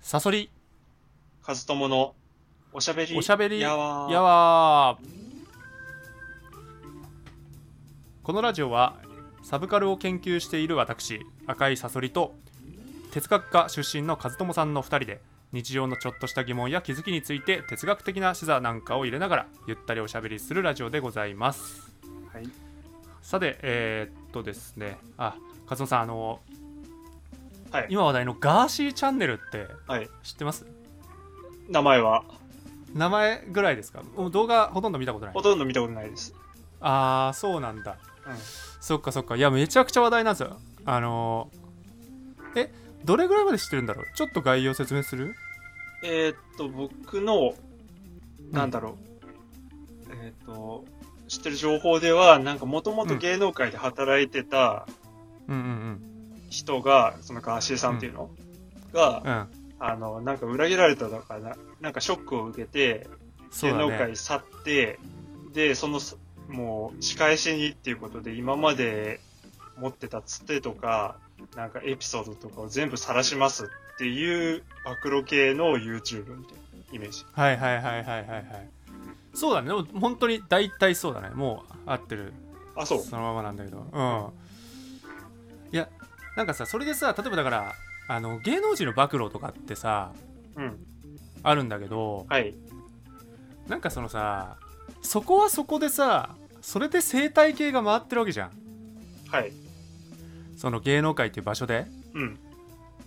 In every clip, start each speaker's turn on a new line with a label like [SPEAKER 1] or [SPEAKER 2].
[SPEAKER 1] サソリ、
[SPEAKER 2] カズトモのおしゃべり
[SPEAKER 1] おしゃべり
[SPEAKER 2] やわー
[SPEAKER 1] やわーこのラジオはサブカルを研究している私赤いサソリと哲学科出身の和友さんの2人で日常のちょっとした疑問や気づきについて哲学的な視座なんかを入れながらゆったりおしゃべりするラジオでございます
[SPEAKER 2] はい、
[SPEAKER 1] さてえーっとですねあ和友さんあの
[SPEAKER 2] はい
[SPEAKER 1] 今話題のガーシーチャンネルって
[SPEAKER 2] はい、
[SPEAKER 1] 知ってます
[SPEAKER 2] 名前は
[SPEAKER 1] 名前ぐらいですかもう動画ほとんど見たことない
[SPEAKER 2] ほとんど見たことないです、
[SPEAKER 1] ああそうなんだ
[SPEAKER 2] うん、
[SPEAKER 1] そっかそっかいやめちゃくちゃ話題なんですよあのーえどれぐらいまで知ってるんだろうちょっと概要説明する
[SPEAKER 2] えーっと僕のなんだろう、えーっと知ってる情報ではなんかもともと芸能界で働いてた
[SPEAKER 1] うんうん
[SPEAKER 2] 人が、そのガーシーさんっていうの、が、
[SPEAKER 1] うんうん
[SPEAKER 2] あのなんか裏切られただからななんかショックを受けて
[SPEAKER 1] そう
[SPEAKER 2] 芸
[SPEAKER 1] だ
[SPEAKER 2] 能
[SPEAKER 1] ね
[SPEAKER 2] 界去って、でそのもう仕返しにっていうことで今まで持ってたつてとかなんかエピソードとかを全部晒しますっていう暴露系の YouTube みたいなイメージ
[SPEAKER 1] はいはいはいはいはいはいそうだねでも本当に大体そうだねもう合ってる
[SPEAKER 2] あそう
[SPEAKER 1] のままなんだけどうんいやなんかさそれでさ例えばだからあの芸能人の暴露とかってさ
[SPEAKER 2] うん
[SPEAKER 1] あるんだけど
[SPEAKER 2] はい
[SPEAKER 1] なんかそのさそこはそこでさそれで生態系が回ってるわけじゃん
[SPEAKER 2] はい
[SPEAKER 1] その芸能界っていう場所で
[SPEAKER 2] うん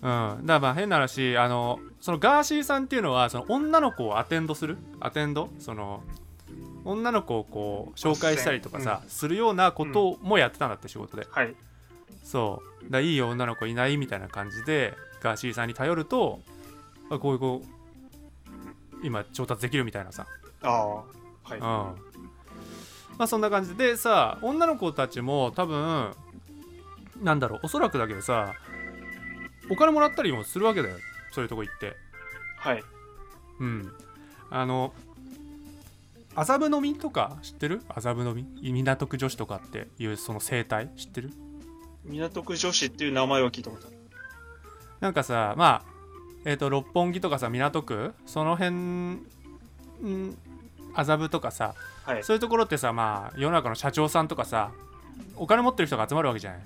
[SPEAKER 1] うん、だからまあ変な話あのそのガーシーさんっていうのはその女の子をアテンドするアテンドその女の子をこう紹介したりとかさ、するようなこともやってたんだって仕事で、
[SPEAKER 2] はい
[SPEAKER 1] そうだからいい女の子いないみたいな感じでガーシーさんに頼るとあこういう子今調達できるみたいなさ、
[SPEAKER 2] ああは
[SPEAKER 1] う
[SPEAKER 2] い
[SPEAKER 1] んまあそんな感じででさ女の子たちも多分なんだろうおそらくだけどさお金もらったりもするわけだよそういうとこ行って。
[SPEAKER 2] はい
[SPEAKER 1] うん、あの麻布の実とか知ってる麻布の実港区女子とかっていうその生態知ってる
[SPEAKER 2] 港区女子っていう名前は聞いたことある
[SPEAKER 1] なんかさまあえっ、と六本木とかさ港区その辺ん麻布とかさ
[SPEAKER 2] はい
[SPEAKER 1] そういうところってさまあ世の中の社長さんとかさお金持ってる人が集まるわけじゃない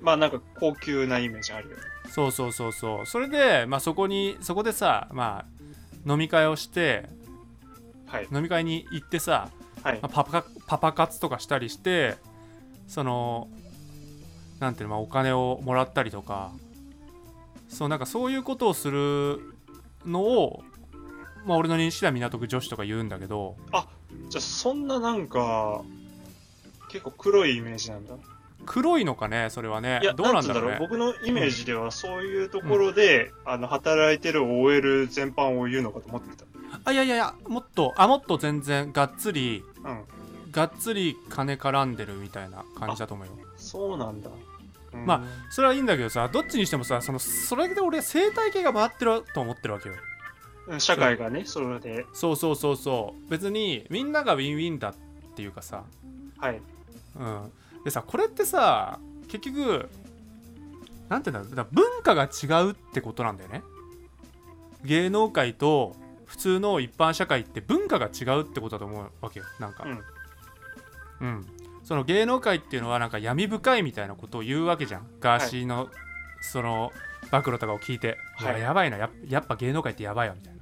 [SPEAKER 2] まあなんか高級なイメージあるよね
[SPEAKER 1] そうそうそうそうそれで、まあ、そこにそこでさまあ飲み会をして
[SPEAKER 2] はい
[SPEAKER 1] 飲み会に行ってさ
[SPEAKER 2] はい
[SPEAKER 1] まあパパパパ活とかしたりしてそのなんていうの、まあ、お金をもらったりとかそうなんかそういうことをするのを、まあ、俺の認識では港区女子とか言うんだけど
[SPEAKER 2] じゃあそんななんか結構黒いイメージなんだ
[SPEAKER 1] 黒いのかねそれはね
[SPEAKER 2] いや、
[SPEAKER 1] どうなん
[SPEAKER 2] つ
[SPEAKER 1] だろうね
[SPEAKER 2] 僕のイメージでは、そういうところで、あの、働いてる OL 全般を言うのかと思ってた。
[SPEAKER 1] あいやいやいやもっとあもっと全然がっつり
[SPEAKER 2] うん。
[SPEAKER 1] がっつり金絡んでるみたいな感じだと思うよ
[SPEAKER 2] そうなんだ。うん
[SPEAKER 1] まそれはいいんだけどさどっちにしてもさそのそれで俺生態系が回ってると思ってるわけよ
[SPEAKER 2] うん社会がね、それで、
[SPEAKER 1] そうそうそうそう別にみんながウィンウィンだっていうかさ、
[SPEAKER 2] はい。
[SPEAKER 1] うん、でさこれってさ結局なんていうんだろうだから文化が違うってことなんだよね芸能界と普通の一般社会って文化が違うってことだと思うわけよなんかうん、その芸能界っていうのはなんか闇深いみたいなことを言うわけじゃんガーシーの、その暴露とかを聞いて、
[SPEAKER 2] はい
[SPEAKER 1] いややばいなややっぱ芸能界ってやばいわみたい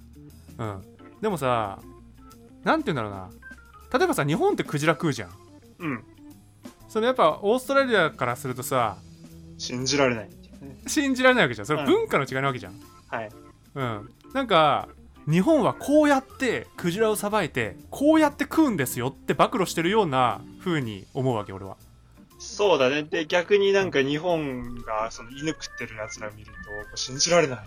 [SPEAKER 1] なうんでもさなんて言うんだろうな例えばさ日本ってクジラ食うじゃん
[SPEAKER 2] うん。
[SPEAKER 1] それやっぱオーストラリアからするとさ
[SPEAKER 2] 信じられないっていうね。
[SPEAKER 1] 信じられないわけじゃんそれ
[SPEAKER 2] うん
[SPEAKER 1] 文化の違いなわけじゃん
[SPEAKER 2] はい。
[SPEAKER 1] うんなんか日本はこうやってクジラをさばいてこうやって食うんですよって暴露してるような風に思うわけ俺は
[SPEAKER 2] そうだね。で、逆になんか日本が、その、犬食ってる奴ら見ると、信じられない。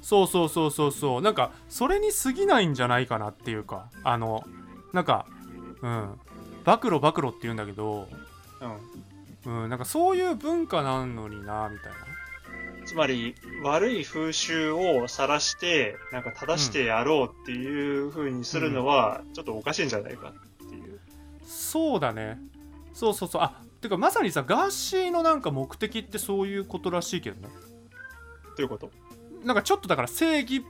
[SPEAKER 1] そうそうそうそうそうなんかそれに過ぎないんじゃないかなっていうかあのなんかうん暴露暴露って言うんだけど、
[SPEAKER 2] うん。
[SPEAKER 1] うん、なんかそういう文化なのになみたいな
[SPEAKER 2] つまり、悪い風習を晒して、なんか正してやろうっていう風にするのは、ちょっとおかしいんじゃないかっていう。
[SPEAKER 1] そうだねそうそうそうあてかまさにさガーシーのなんか目的ってそういうことらしいけどね
[SPEAKER 2] ということ。
[SPEAKER 1] なんかちょっとだから正義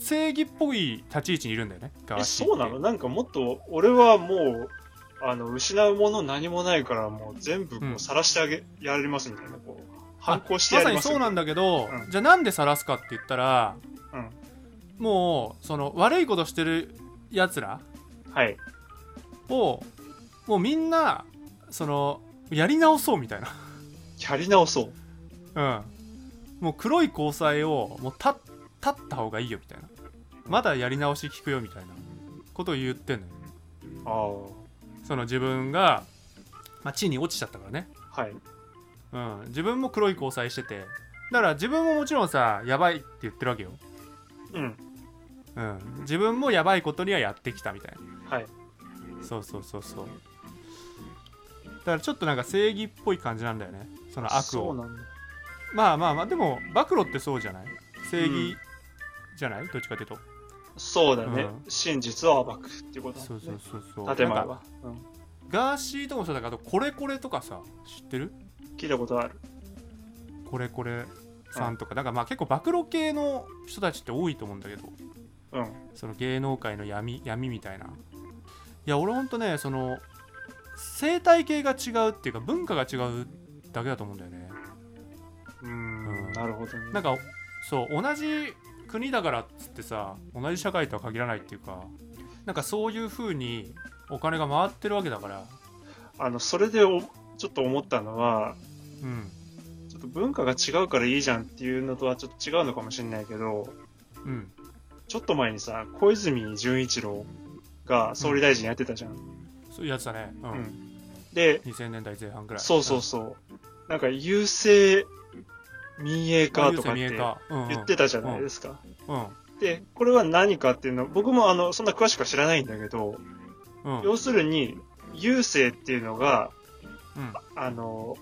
[SPEAKER 1] 正義っぽい立ち位置にいるんだよねガー
[SPEAKER 2] え、
[SPEAKER 1] シー
[SPEAKER 2] そうなのなんかもっと、俺はもう、あの、失うもの何もないから、もう全部
[SPEAKER 1] う
[SPEAKER 2] こ
[SPEAKER 1] ん
[SPEAKER 2] う、晒してあげ、やりますみたいな、こう、
[SPEAKER 1] あ
[SPEAKER 2] 反抗してやり
[SPEAKER 1] ま
[SPEAKER 2] ま
[SPEAKER 1] さ
[SPEAKER 2] す
[SPEAKER 1] にそうなんんだけど、
[SPEAKER 2] うん
[SPEAKER 1] じゃあなんで晒すかって言ったら、
[SPEAKER 2] うん
[SPEAKER 1] もうその悪いことしてるやつら
[SPEAKER 2] はい。
[SPEAKER 1] をもうみんなそのやり直そうみたい
[SPEAKER 2] やり直そう。
[SPEAKER 1] な、うん、もう黒い交際をもう立立った方がいいよみたいなまだやり直し聞くよみたいなことを言ってんのよ
[SPEAKER 2] あ
[SPEAKER 1] その自分が、まあ、地に落ちちゃったからね
[SPEAKER 2] あ、はい。
[SPEAKER 1] うん、自分も黒い交際しててだから自分ももちろんさやばいって言ってるわけよ、
[SPEAKER 2] うん。
[SPEAKER 1] うん、自分もやばいことにはやってきたみたい
[SPEAKER 2] はい。
[SPEAKER 1] なそうそうそうそうだからちょっとなんか正義っぽい感じなんだよねその悪
[SPEAKER 2] そう
[SPEAKER 1] を
[SPEAKER 2] なんだ。
[SPEAKER 1] まあまあまあでも暴露ってそうじゃない正
[SPEAKER 2] う
[SPEAKER 1] 義
[SPEAKER 2] ん
[SPEAKER 1] じゃない、どっちかというと
[SPEAKER 2] そうだね。
[SPEAKER 1] うん
[SPEAKER 2] 真実を暴くっていうことなんだ、
[SPEAKER 1] そう
[SPEAKER 2] ね。
[SPEAKER 1] そうそうそう
[SPEAKER 2] 建
[SPEAKER 1] な
[SPEAKER 2] 前
[SPEAKER 1] んか
[SPEAKER 2] は、うん。
[SPEAKER 1] ガーシーとかもそうだけどこれこれとかさ知ってる
[SPEAKER 2] 聞いたことある。
[SPEAKER 1] これこれさんとか、なんかまあ結構暴露系の人たちって多いと思うんだけど
[SPEAKER 2] うん。
[SPEAKER 1] その芸能界の闇闇みたいないや俺ほんとねその生態系が違うっていうか文化が違うだけだと思うんだよね
[SPEAKER 2] うん。なるほどね。
[SPEAKER 1] なんかそう同じ国だからっつってさ同じ社会とは限らないっていうかなんかそういう風にお金が回ってるわけだから
[SPEAKER 2] あの、それでお、ちょっと思ったのは、
[SPEAKER 1] うん
[SPEAKER 2] ちょっと文化が違うからいいじゃんっていうのとはちょっと違うのかもしれないけど、
[SPEAKER 1] うん
[SPEAKER 2] ちょっと前にさ、小泉純一郎が総理大臣やってたじゃん。
[SPEAKER 1] そういうやつだねうん、
[SPEAKER 2] うんで、
[SPEAKER 1] 2000年代前半ぐらい
[SPEAKER 2] そうそうそう。なんか、郵政民営化とかって言
[SPEAKER 1] 言
[SPEAKER 2] ってたじゃないですか。
[SPEAKER 1] うん
[SPEAKER 2] で、これは何かっていうの、僕もあの、そんな詳しくは知らないんだけど、
[SPEAKER 1] うんうん
[SPEAKER 2] 要するに、郵政っていうのが、
[SPEAKER 1] うん
[SPEAKER 2] あの、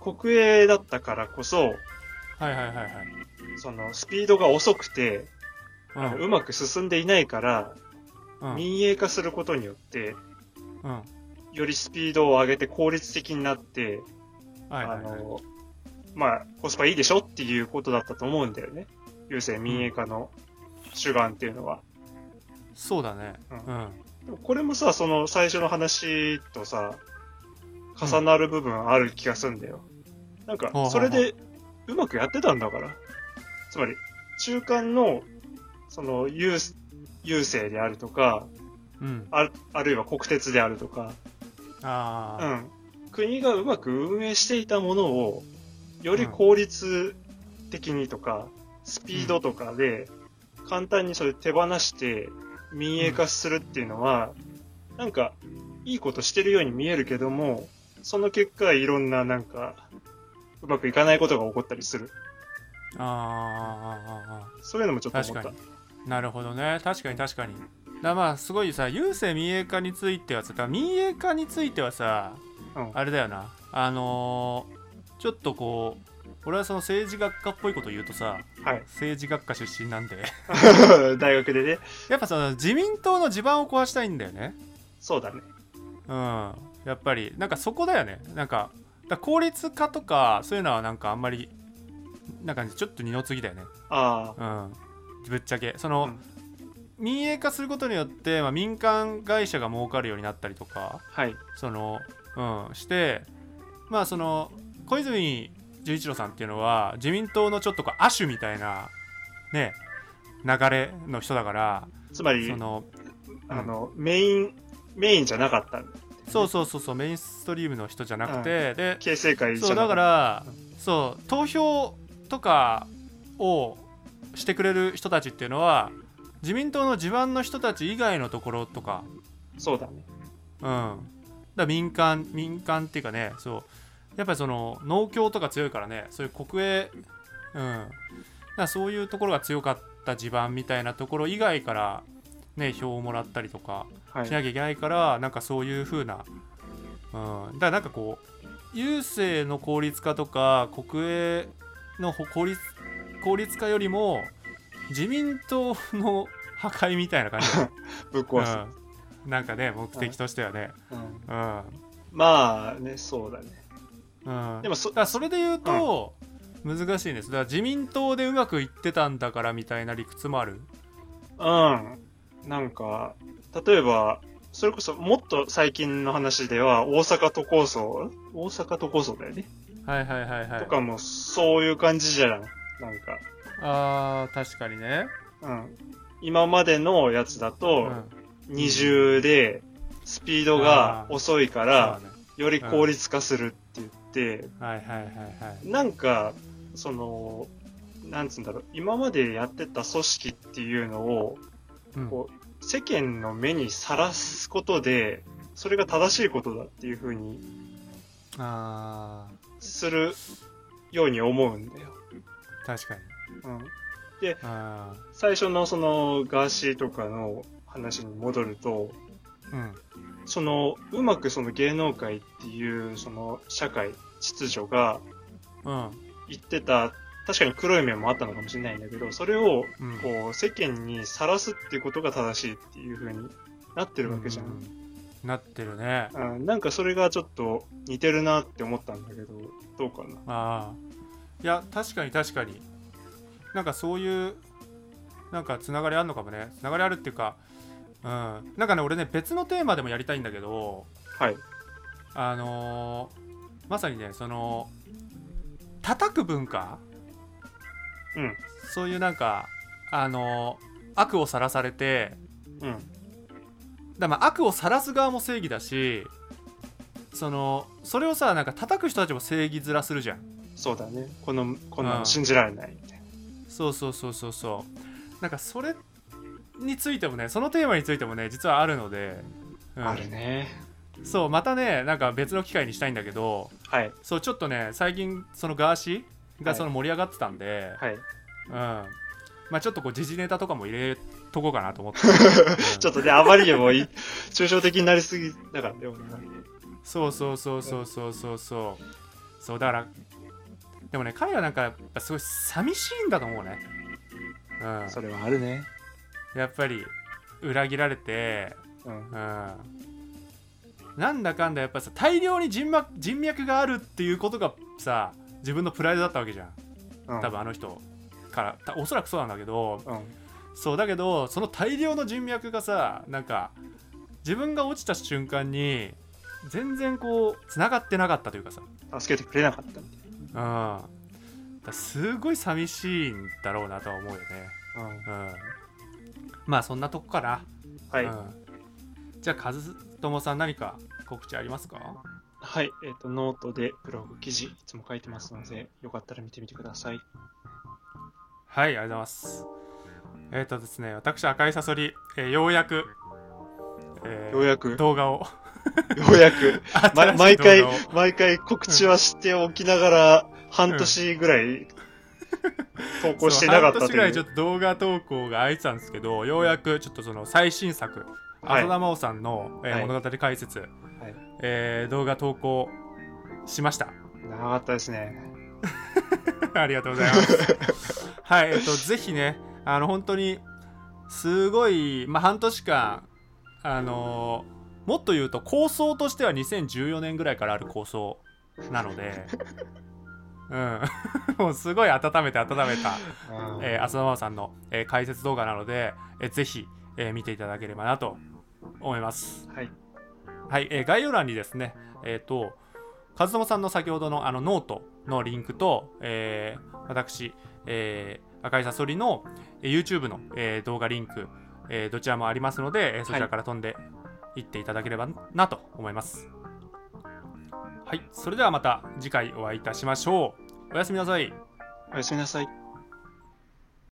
[SPEAKER 2] 国営だったからこそ、
[SPEAKER 1] はいはいはいはい
[SPEAKER 2] その、スピードが遅くて、
[SPEAKER 1] うん
[SPEAKER 2] うまく進んでいないから、
[SPEAKER 1] うん
[SPEAKER 2] 民営化することによって、
[SPEAKER 1] うん
[SPEAKER 2] よりスピードを上げて効率的になって、
[SPEAKER 1] はい
[SPEAKER 2] あ
[SPEAKER 1] はいはい
[SPEAKER 2] の、まあ、コスパいいでしょっていうことだったと思うんだよね。郵政民営化の主眼っていうのは。
[SPEAKER 1] そうだね
[SPEAKER 2] う
[SPEAKER 1] うん
[SPEAKER 2] でもこれもさ、その最初の話とさ、重なる部分ある気がするんだよ。なんか
[SPEAKER 1] ほうほうほ、う
[SPEAKER 2] それでうまくやってたんだから。つまり、中間の、その、郵郵政であるとか、
[SPEAKER 1] うん
[SPEAKER 2] あるあるいは国鉄であるとか、
[SPEAKER 1] あ
[SPEAKER 2] う
[SPEAKER 1] あ、
[SPEAKER 2] ん、国がうまく運営していたものをより効率的にとか、スピードとかで簡単にそれ手放して民営化するっていうのは、なんかいいことしてるように見えるけどもその結果いろんななんかうまくいかないことが起こったりする
[SPEAKER 1] あああああ
[SPEAKER 2] そういうのもちょっと思った
[SPEAKER 1] 確あなるほどね確かに確かにだからまあすごいさ郵政民営化についてはさだから民営化についてはさ、
[SPEAKER 2] うん
[SPEAKER 1] あれだよなあのーちょっとこう俺はその政治学科っぽいこと言うとさ
[SPEAKER 2] はい
[SPEAKER 1] 政治学科出身なんで
[SPEAKER 2] 大学でね
[SPEAKER 1] やっぱその自民党の地盤を壊したいんだよね
[SPEAKER 2] そうだね
[SPEAKER 1] うんやっぱりなんかそこだよねなんかだから効率化とかそういうのはなんかあんまりなんかちょっと二の次だよね
[SPEAKER 2] あ
[SPEAKER 1] うん、ぶっちゃけその、
[SPEAKER 2] うん
[SPEAKER 1] 民営化することによって、まあ、民間会社が儲かるようになったりとか
[SPEAKER 2] あはい
[SPEAKER 1] その、うん、してまあその小泉純一郎さんっていうのは自民党のちょっとこう亜種みたいなね流れの人だから
[SPEAKER 2] つまり
[SPEAKER 1] その
[SPEAKER 2] あのメインメインじゃなかった
[SPEAKER 1] そうそうそうそうメインストリームの人じゃなくて、で
[SPEAKER 2] 形成会じ
[SPEAKER 1] そう
[SPEAKER 2] ゃ
[SPEAKER 1] だ
[SPEAKER 2] なか
[SPEAKER 1] か
[SPEAKER 2] った
[SPEAKER 1] ら、
[SPEAKER 2] うん
[SPEAKER 1] そう投票とかをしてくれる人たちっていうのは自民党の地盤の人たち以外のところとか,、
[SPEAKER 2] そうだね
[SPEAKER 1] うん、だから民間民間っていうかねそうやっぱりその農協とか強いからねそういう国営、うん、だからそういうところが強かった地盤みたいなところ以外から、ね、票をもらったりとか
[SPEAKER 2] はい
[SPEAKER 1] しなきゃいけないからなんかそういう風な、うん、だからなんかこう郵政の効率化とか国営のほ効率効率化よりも自民党の破壊みたいな感じ、
[SPEAKER 2] ぶっ壊す。
[SPEAKER 1] うん、なんかね目的としてはね、
[SPEAKER 2] うん
[SPEAKER 1] うん
[SPEAKER 2] まあね、そうだね。
[SPEAKER 1] うん、
[SPEAKER 2] でもそ
[SPEAKER 1] だか、らそれで言うと、難しいですだから自民党でうまくいってたんだからみたいな理屈もある
[SPEAKER 2] うん。なんか、例えば、それこそもっと最近の話では、大阪都構想大阪都構想だよね、
[SPEAKER 1] はいはいはいはい
[SPEAKER 2] とかもそういう感じじゃん。なんか、
[SPEAKER 1] あー確かにね、
[SPEAKER 2] うん。今までのやつだ
[SPEAKER 1] うん
[SPEAKER 2] と、二重で、スピードが遅いから、
[SPEAKER 1] そうだね
[SPEAKER 2] より効率化するって言って、
[SPEAKER 1] はいはいはいはい
[SPEAKER 2] なんか、その、なんつうんだろう、今までやってた組織っていうのを、
[SPEAKER 1] うん
[SPEAKER 2] こう、世間の目にさらすことで、それが正しいことだっていうふうに
[SPEAKER 1] あ
[SPEAKER 2] するように思うんだよ。
[SPEAKER 1] ー確かに
[SPEAKER 2] うん。
[SPEAKER 1] あ
[SPEAKER 2] 最初のその、ガーシーとかの話に戻ると、
[SPEAKER 1] ーうん
[SPEAKER 2] その、うまくその芸能界っていう、その、社会、秩序が
[SPEAKER 1] うん
[SPEAKER 2] 言ってた、確かに黒い面もあったのかもしれないんだけど、それを
[SPEAKER 1] うん
[SPEAKER 2] こう世間にさらすっていうことが正しいっていう風になってるわけじゃん、
[SPEAKER 1] うんなってるね
[SPEAKER 2] うんなんかそれがちょっと似てるなって思ったんだけどどうか
[SPEAKER 1] あ
[SPEAKER 2] な
[SPEAKER 1] あいや確かに確かになんかそういうなんかつながりあるのかもねつながりあるっていうかうんなんかね俺ね別のテーマでもやりたいんだけど
[SPEAKER 2] はい
[SPEAKER 1] あのーまさにねその叩く文化
[SPEAKER 2] うん
[SPEAKER 1] そういうなんかあのー悪をさらされて
[SPEAKER 2] うん
[SPEAKER 1] だからまあ悪を晒す側も正義だしそのそれをさなんか叩く人たちも正義面するじゃん
[SPEAKER 2] そうだねこのこんな
[SPEAKER 1] うん
[SPEAKER 2] の信じられないみたいな
[SPEAKER 1] そうそうそうそうそうなんかそれについてもねそのテーマについてもね実はあるので、うん
[SPEAKER 2] あるね
[SPEAKER 1] そうまたねなんか別の機会にしたいんだけど
[SPEAKER 2] はい
[SPEAKER 1] そうちょっとね最近そのガーシーが
[SPEAKER 2] はい
[SPEAKER 1] その盛り上がってたんで、
[SPEAKER 2] はい、
[SPEAKER 1] うんまあちょっとこう時事ネタとかも入れとこうかなと 思って、
[SPEAKER 2] ちょっ
[SPEAKER 1] と
[SPEAKER 2] とねあまりにもい 抽象的になりすぎだからね俺は
[SPEAKER 1] そうそうそうそうそうそうそうそうだからでもね彼はなんかやっぱすごい寂しいんだと思うねうん
[SPEAKER 2] それはあるね
[SPEAKER 1] やっぱり裏切られて
[SPEAKER 2] うん
[SPEAKER 1] うんなんだかんだやっぱさ大量に人脈人脈があるっていうことがさ自分のプライドだったわけじゃん
[SPEAKER 2] うん
[SPEAKER 1] 多分あの人からたおそらくそうなんだけど
[SPEAKER 2] うん
[SPEAKER 1] そうだけどその大量の人脈がさなんか自分が落ちた瞬間に全然こう繋がってなかったというかさ、
[SPEAKER 2] 助けてくれなかったみ
[SPEAKER 1] うん、だからすごい寂しいんだろうなとは思うよね、
[SPEAKER 2] たいなうん
[SPEAKER 1] うん、まあそんなとこかな、
[SPEAKER 2] はい、
[SPEAKER 1] うん、じゃあ和友さん何か告知ありますか
[SPEAKER 2] はい、えっ、と、ノートでブログ記事いつも書いてますので、よかったら見てみてください。
[SPEAKER 1] はい、ありがとうございます。えっ、とですね、私、赤いサソリ、えーようやく、えー
[SPEAKER 2] ようやく、よ
[SPEAKER 1] 動画を、
[SPEAKER 2] うやく、 ま
[SPEAKER 1] 新しい
[SPEAKER 2] 毎回
[SPEAKER 1] 動画を、
[SPEAKER 2] 毎回告知はしておきながら、半年ぐらい、投稿してなかっ
[SPEAKER 1] そ
[SPEAKER 2] た
[SPEAKER 1] う半年
[SPEAKER 2] と
[SPEAKER 1] ぐら
[SPEAKER 2] い
[SPEAKER 1] いちょ
[SPEAKER 2] う
[SPEAKER 1] っ。と動画投稿が空いてたんですけど、ようやくちょっとその最新作、
[SPEAKER 2] はい
[SPEAKER 1] 浅田真央さんの、えー
[SPEAKER 2] はい
[SPEAKER 1] 物語解説、えー動画投稿しました。
[SPEAKER 2] 長かったですね。
[SPEAKER 1] ありがとうございま す。はい、えっと、ぜひね、あの、本当に、すごい、まあ、半年間、あのーもっと言うと、構想としては2014年ぐらいからある構想なの で、うん、 もうすごい温めて温めた、えー浅田真央さんの、えー解説動画なので、えーぜひ、えー見ていただければなと思います。
[SPEAKER 2] はい。
[SPEAKER 1] はい、えー概要欄にですね、えっ、と、和友さんの先ほどのあのノートのリンクと、えー私、えー赤いサソリのえー YouTube の、えー動画リンク、えーどちらもありますので、えーそちらから飛んでいっていただければなと思います。はい、それではまた次回お会いいたしましょう。おやすみなさい。
[SPEAKER 2] おやすみなさい。